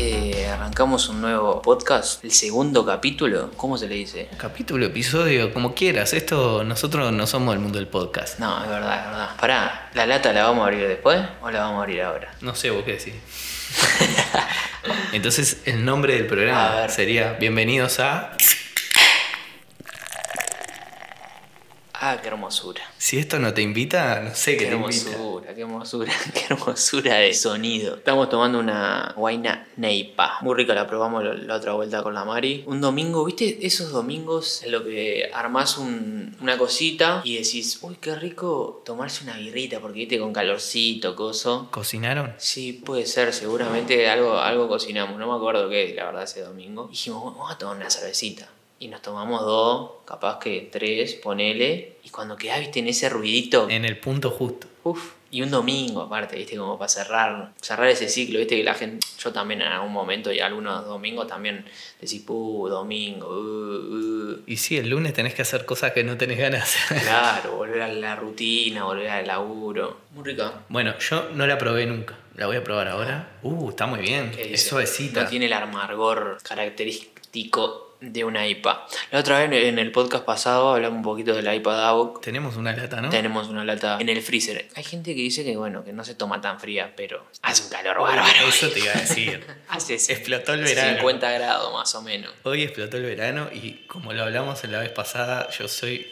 Eh, Arrancamos un nuevo podcast, el segundo capítulo. ¿Cómo se le dice? Capítulo, episodio, como quieras. Esto, nosotros no somos el mundo del podcast. No, es verdad, es verdad. Pará, ¿la lata la vamos a abrir después o la vamos a abrir ahora? No sé vos qué decís. Entonces, el nombre del A programa ver. sería Bienvenidos a. Ah, qué hermosura. Si esto no te invita, no sé Qué qué, te invita. hermosura, qué hermosura, qué hermosura de sonido. Estamos tomando una guaina neipa. Muy rica, la probamos la, la otra vuelta con la Mari. Un domingo, ¿viste? Esos domingos en lo que armás un- una cosita y decís, uy, qué rico tomarse una birrita, porque viste con calorcito, coso. ¿Cocinaron? Sí, puede ser, seguramente algo, algo cocinamos, no me acuerdo qué, la verdad, ese domingo. Dijimos, "Bueno, vamos a tomar una cervecita. Y nos tomamos dos, capaz que tres, ponele. Y cuando quedás, viste, en ese ruidito. En el punto justo. Uf, y un domingo aparte, viste, como para cerrar, cerrar ese ciclo, viste que la gente, yo también en algún momento y algunos domingos también decís, uh, domingo, uh, uh". Y sí, el lunes tenés que hacer cosas que no tenés ganas. claro, volver a la rutina, volver al laburo. Muy rica. bueno, yo no la probé nunca. La voy a probar ahora. Uh, está muy bien. ¿Qué Es dice? suavecita. No tiene el amargor característico de una IPA. La otra vez en el podcast pasado hablamos un poquito de la IPA DABOC. Tenemos una lata, ¿no? Tenemos una lata en el freezer. Hay gente que dice que bueno, que no se toma tan fría, pero hace un calor Uy, bárbaro. Eso te iba a decir. Hace Explotó el verano. 50 grados más o menos. Hoy explotó el verano y como lo hablamos la vez pasada, yo soy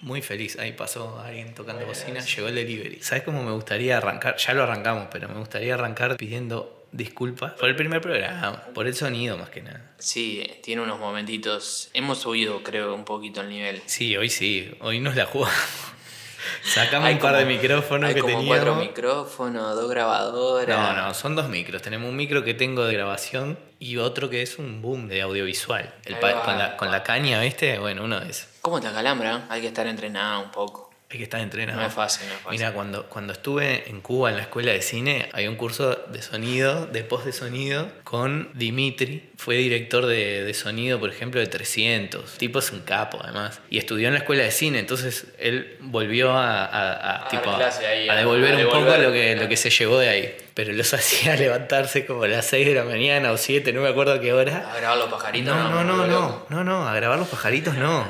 muy feliz. Ahí pasó alguien tocando bocina, llegó el delivery. ¿Sabes cómo me gustaría arrancar? Ya lo arrancamos, pero me gustaría arrancar pidiendo disculpas por el primer programa, por el sonido más que nada. Sí, tiene unos momentitos. Hemos subido, creo, un poquito el nivel. Sí, hoy sí, hoy nos la jugamos. Sacamos Hay un par de como- micrófonos Hay que como teníamos. cuatro micrófonos, dos grabadoras. No, no, son dos micros. Tenemos un micro que tengo de grabación y otro que es un boom de audiovisual. El Ahí pa- va. con, la, con la caña, ¿viste? Bueno, uno de esos. ¿Cómo te acalambra? Hay que estar entrenada un poco. Hay que estar entrenado. No es fácil, no es fácil. Mira, cuando, cuando estuve en Cuba en la escuela de cine, había un curso de sonido, de post de sonido, con Dimitri. Fue director de, de sonido, por ejemplo, de 300. Tipo es un capo, además. Y estudió en la escuela de cine, entonces él volvió a, a- a, dar tipo, clase ahí, a a- devolver a un poco devolver. lo que, lo que se llevó de ahí. Pero los hacía levantarse como a las 6 de la mañana o 7, no me acuerdo qué hora. A grabar los pajaritos. No, no, no, Muy no, loco. no, no, a grabar los pajaritos no.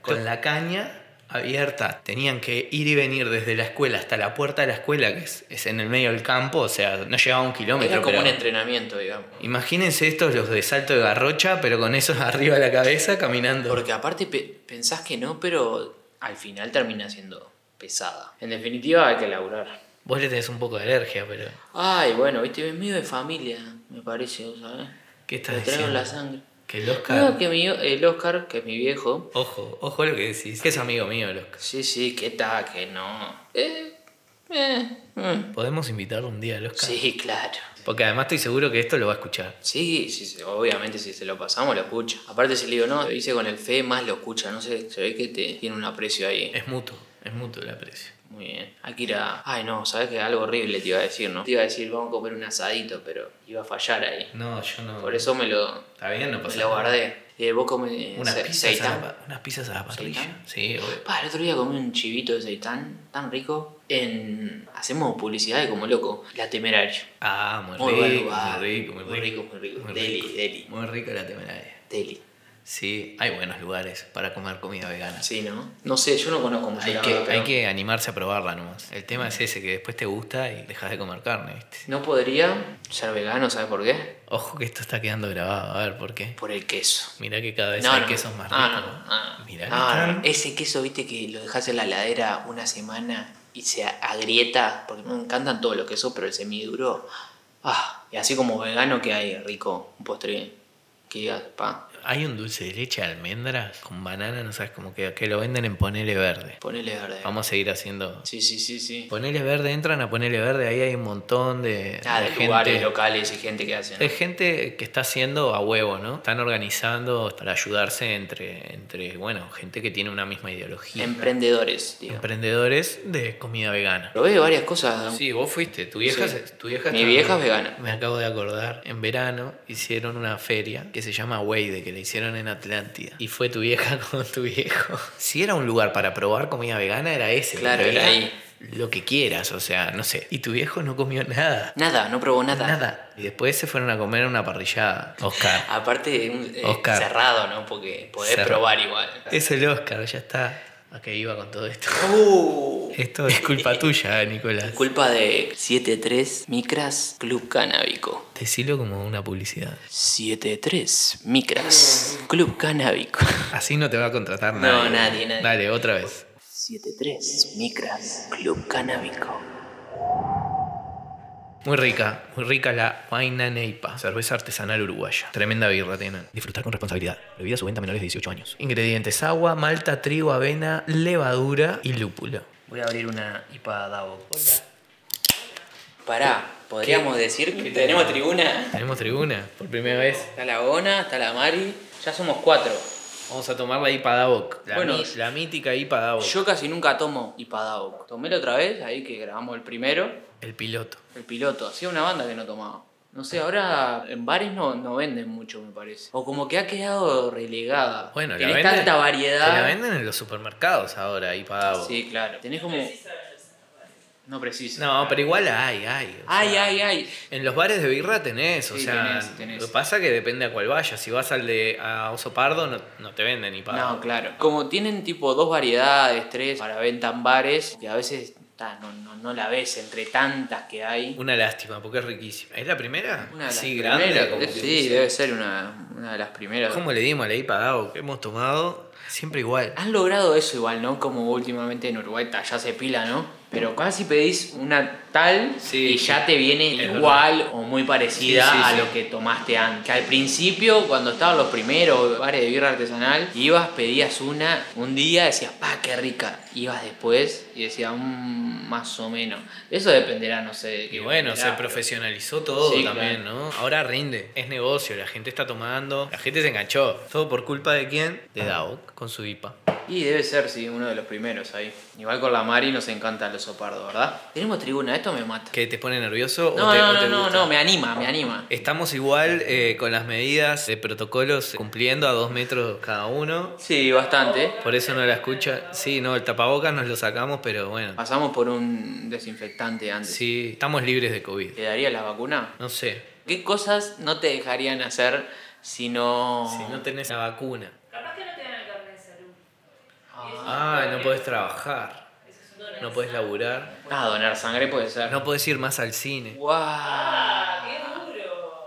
Con la caña abierta, tenían que ir y venir desde la escuela hasta la puerta de la escuela, que es, es en el medio del campo, o sea, no llegaba a un kilómetro. Era como pero- un entrenamiento, digamos. Imagínense estos los de salto de garrocha, pero con esos arriba de la cabeza caminando. Porque aparte pe- pensás que no, pero al final termina siendo pesada. En definitiva, hay que laburar. Vos le tenés un poco de alergia, pero. Ay, bueno, viste, es medio de familia, me parece, ¿vos ¿sabés? ¿Qué estás Me traigo diciendo? la sangre. Que el Oscar. Creo que mi, el Oscar, que es mi viejo, Ojo, ojo a lo que decís. Que es amigo mío el Oscar. sí, sí, que está, que no. Eh, eh, mm. Podemos invitarlo un día al Oscar. Sí, claro. Porque además estoy seguro que esto lo va a escuchar. Sí, sí, sí, obviamente si se lo pasamos lo escucha. Aparte si le digo, no, lo hice con el fe, más lo escucha, no sé, se ve que te tiene un aprecio ahí. Es mutuo, es mutuo el aprecio. Muy bien. Hay que ir a... Ay, no, sabes que algo horrible te iba a decir, ¿no? Te iba a decir, vamos a comer un asadito, pero iba a fallar ahí. No, yo no. Por eso me lo, Está bien, no me pasa lo nada. guardé. Eh, vos comés Unas se- pizzas, seitán. a la, unas pizzas a la parrilla. ¿Seitán? Sí, obvio. Pa, el otro día comí un chivito de seitán tan rico. En... Hacemos publicidad de como loco. La temeraria. Ah, muy, Muy buen rico, lugar. muy rico, muy rico. Muy rico, muy rico. Deli, deli. Muy rico la temeraria. Teli. Sí, hay buenos lugares para comer comida vegana. Sí, ¿no? No sé, yo no conozco mucho Hay la que, verdad, pero hay que animarse a probarla nomás. El tema es ese, que después te gusta y dejas de comer carne, ¿viste? No podría ser vegano, ¿sabes por qué? Ojo que esto está quedando grabado, a ver por qué. Por el queso. Mirá que cada vez No, hay no. quesos más Ah, ricos. no, ah, Mirá ah, que no. están- Ese queso, viste, que lo dejas en la heladera una semana y se agrieta, porque me encantan todos los quesos, pero el semiduro. Ah, y así como vegano que hay, rico, un postre que digas, pa, Hay un dulce de leche de almendras con banana, no sabes cómo queda, que lo venden en Ponele Verde. ponele verde. Vamos a seguir haciendo Sí, sí, sí, sí. Ponele verde, entran a Ponele verde, ahí hay un montón de, Ah, de de lugares locales y gente que hacen. de gente que está haciendo a huevo, ¿no? Están organizando para ayudarse entre, entre bueno, gente que tiene una misma ideología. Emprendedores, digo. Emprendedores de comida vegana. Probé varias cosas. Sí, vos fuiste, tu vieja, Sí. se- tu vieja Mi estaba- vieja es vegana. Me acabo de acordar, en verano hicieron una feria que se llama Weide, que la hicieron en Atlántida. Y fue tu vieja con tu viejo. Si era un lugar para probar comida vegana, era ese. Claro, porque era ahí. lo que quieras, o sea, no sé. Y tu viejo no comió nada. Nada, no probó nada. Nada. Y después se fueron a comer a una parrillada. Oscar. Aparte, un- eh, Oscar. cerrado, ¿no? Porque podés Cerrado. Eh. probar igual. Es el Oscar, ya está. ¿A qué iba con todo esto? Uh, Esto es culpa tuya, eh, Nicolás. culpa de 73 Micras Club Canábico. Decilo como una publicidad. 73 Micras Club Canábico. Así no te va a contratar nadie. No, nadie, nadie. Dale, otra vez. 73 Micras Club Canábico. Muy rica, muy rica la Huayna Neipa, cerveza artesanal uruguaya. Tremenda birra tienen. Disfrutar con responsabilidad. Bebida su venta a menores de 18 años. Ingredientes: agua, malta, trigo, avena, levadura y lúpulo. Voy a abrir una IPA Davo. Pará, podríamos decir que tenemos tribuna. Tenemos tribuna por primera vez. Está la Ona, está la Mari. Ya somos cuatro. Vamos a tomar la IPA Davok. La, Bueno, mi- la mítica IPA Davok. Yo casi nunca tomo Ipadao. Tomé la otra vez, ahí que grabamos el primero. El piloto. El piloto, hacía una banda que no tomaba. No sé, ahora en bares no, no venden mucho, me parece. O como que ha quedado relegada. Bueno, la Tenés venden- tanta Te la variedad. venden en los supermercados ahora, IPA Davok. sí, claro. Tenés como. No precisa. No, pero igual hay, hay. o Ay, sea, ay, ay. En los bares de birra tenés, o Sí, sea, tenés, tenés. lo que pasa que depende a cuál vayas. Si vas al de a Oso Pardo, no, no te venden ni para. No, claro. Como tienen tipo dos variedades, tres para venta en bares, que a veces ta, no, no, no la ves entre tantas que hay. Una lástima, porque es riquísima. ¿Es la primera? Una de las sí, primeras, grande. como de- que sí, dice. debe ser una, una de las primeras. ¿Cómo le dimos a la IPA Dao? que hemos tomado? Siempre igual. Has logrado eso igual, ¿no? Como últimamente en Uruguay ta, ya se pila, ¿no? Pero casi pedís una tal Sí. y ya te viene Es igual o muy parecida Sí, sí, a sí. lo que tomaste antes. Que al principio, cuando estaban los primeros bares de birra artesanal, ibas, pedías una, un día decías, pa, qué rica. Ibas después y decías, "Mm, más o menos. Eso dependerá, no sé. de qué Y bueno, se dependerá, pero- profesionalizó todo Sí, también, ¿no? Ahora rinde. Es negocio, la gente está tomando, la gente se enganchó. Todo por culpa de quién? De Ah. Dao, con su IPA. Y debe ser, sí, uno de los primeros ahí. Igual con la Mari nos encanta el oso pardo, ¿verdad? Tenemos tribuna, esto me mata. ¿Que te pone nervioso No, o te, no, o no, te no, gusta? no, me anima, me anima. Estamos igual eh, con las medidas de protocolos cumpliendo a dos metros cada uno. Sí, bastante. Por eso no la escucha. Sí, no, el tapabocas nos lo sacamos, pero bueno. Pasamos por un desinfectante antes. Sí, estamos libres de COVID. ¿Te daría la vacuna? No sé. ¿Qué cosas no te dejarían hacer si no... Si no tenés la vacuna. Capaz que no te dan el carnet de salud. Ah, no podés trabajar. No podés laburar. Ah, donar sangre puede ser. No podés ir más al cine. Ah, ¡Guau!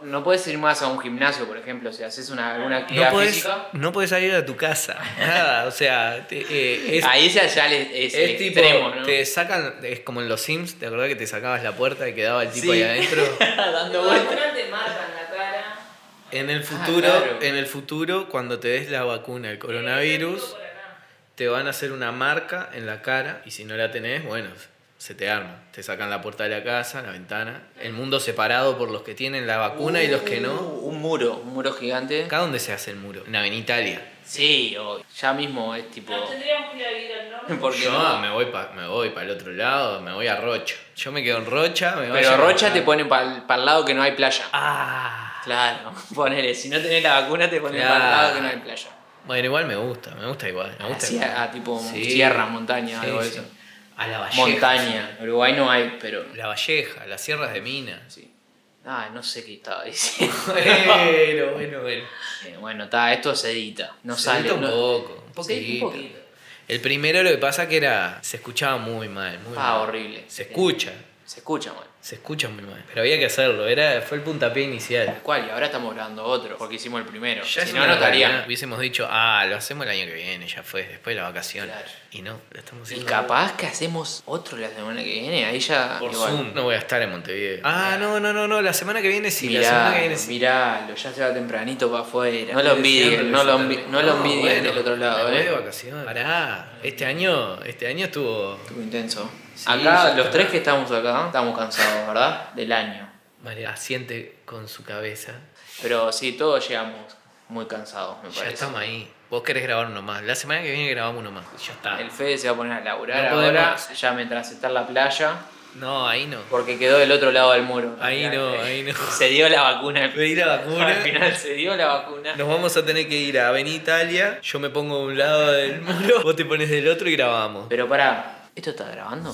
No puedes ir más a un gimnasio, por ejemplo, si haces una, alguna No actividad podés, física. no podés salir a tu casa. Nada, o sea, te- eh, es, Ahí ya, ya le- es, es el tipo, extremo, ¿no? te sacan, es como en los Sims, ¿te acordás que te sacabas la puerta y quedaba el tipo Sí. ahí adentro? Dando Los vueltas. vacunas te marcan la cara. En el futuro, Ah, claro. en el futuro, cuando te des la vacuna del coronavirus, Por acá. te van a hacer una marca en la cara y si no la tenés, bueno, se te arma. Te sacan la puerta de la casa, la ventana. El mundo separado por los que tienen la vacuna y los que no. Uh, un muro, un muro gigante. ¿Acá dónde se hace el muro? En Avenida Italia. Sí, o ya mismo es tipo... Nos tendríamos que ir a vivir al norte. Porque Yo me voy para me voy para el otro lado, me voy a Rocha. Yo me quedo en Rocha, me voy Pero a Rocha te pone para el lado que no hay playa. Ah. Claro, ponele, si no tenés la vacuna te pones Claro. para el lado que no hay playa. Bueno, igual me gusta, me gusta igual, me gusta. Así igual. a, a ah, tipo Sí. sierra, montaña, Sí, algo de sí. eso. A la Valleja. Montaña, Uruguay no hay, pero La Valleja, las sierras de Minas. sí. Ah, no sé qué estaba diciendo. Bueno, bueno, bueno. Eh, bueno, está, esto se edita, no Se sale. edita un no- poco, un Sí, poquito. un poquito. El primero lo que pasa que era. Se escuchaba muy mal, muy Ah, mal. horrible. Se escucha, Se escucha, bueno. se escucha muy mal. Pero había que hacerlo, era, fue el puntapié inicial. Tal cual, y ahora estamos grabando otro, porque hicimos el primero. Ya es si no, una no realidad. estaría. Hubiésemos dicho, ah, lo hacemos el año que viene, ya fue, después de las vacaciones. Claro. Y no, lo estamos Y haciendo. capaz que hacemos otro la semana que viene, ahí ya. Por igual. Zoom. No voy a estar en Montevideo. Ah, no, no, no, no, la semana que viene sí, la semana que Mirá, viene sí. miralo, ya se va tempranito para afuera. No lo Siempre envidien, no lo, envi- visitarme. no lo envidien bueno, del otro lado, me voy eh. de vacaciones. Pará, este año, este año estuvo Estuvo intenso. Sí, acá, ya los está. tres que estamos acá, estamos cansados, ¿verdad? Del año. Vale, asiente con su cabeza. Pero sí, todos llegamos muy cansados, me Ya parece. estamos ahí. Vos querés grabar uno más. La semana que viene grabamos uno más. Ya está. El Fede se va a poner a laburar No ahora, podemos. ya mientras está en la playa, No, ahí no. porque quedó del otro lado del muro. eh, Ahí no, ahí no. Se dio la vacuna. Pedí la Al vacuna. final se dio la vacuna. Nos vamos a tener que ir a Avenida Italia. Yo me pongo de un lado del muro. Vos te pones del otro y grabamos. Pero pará, ¿Esto está grabando?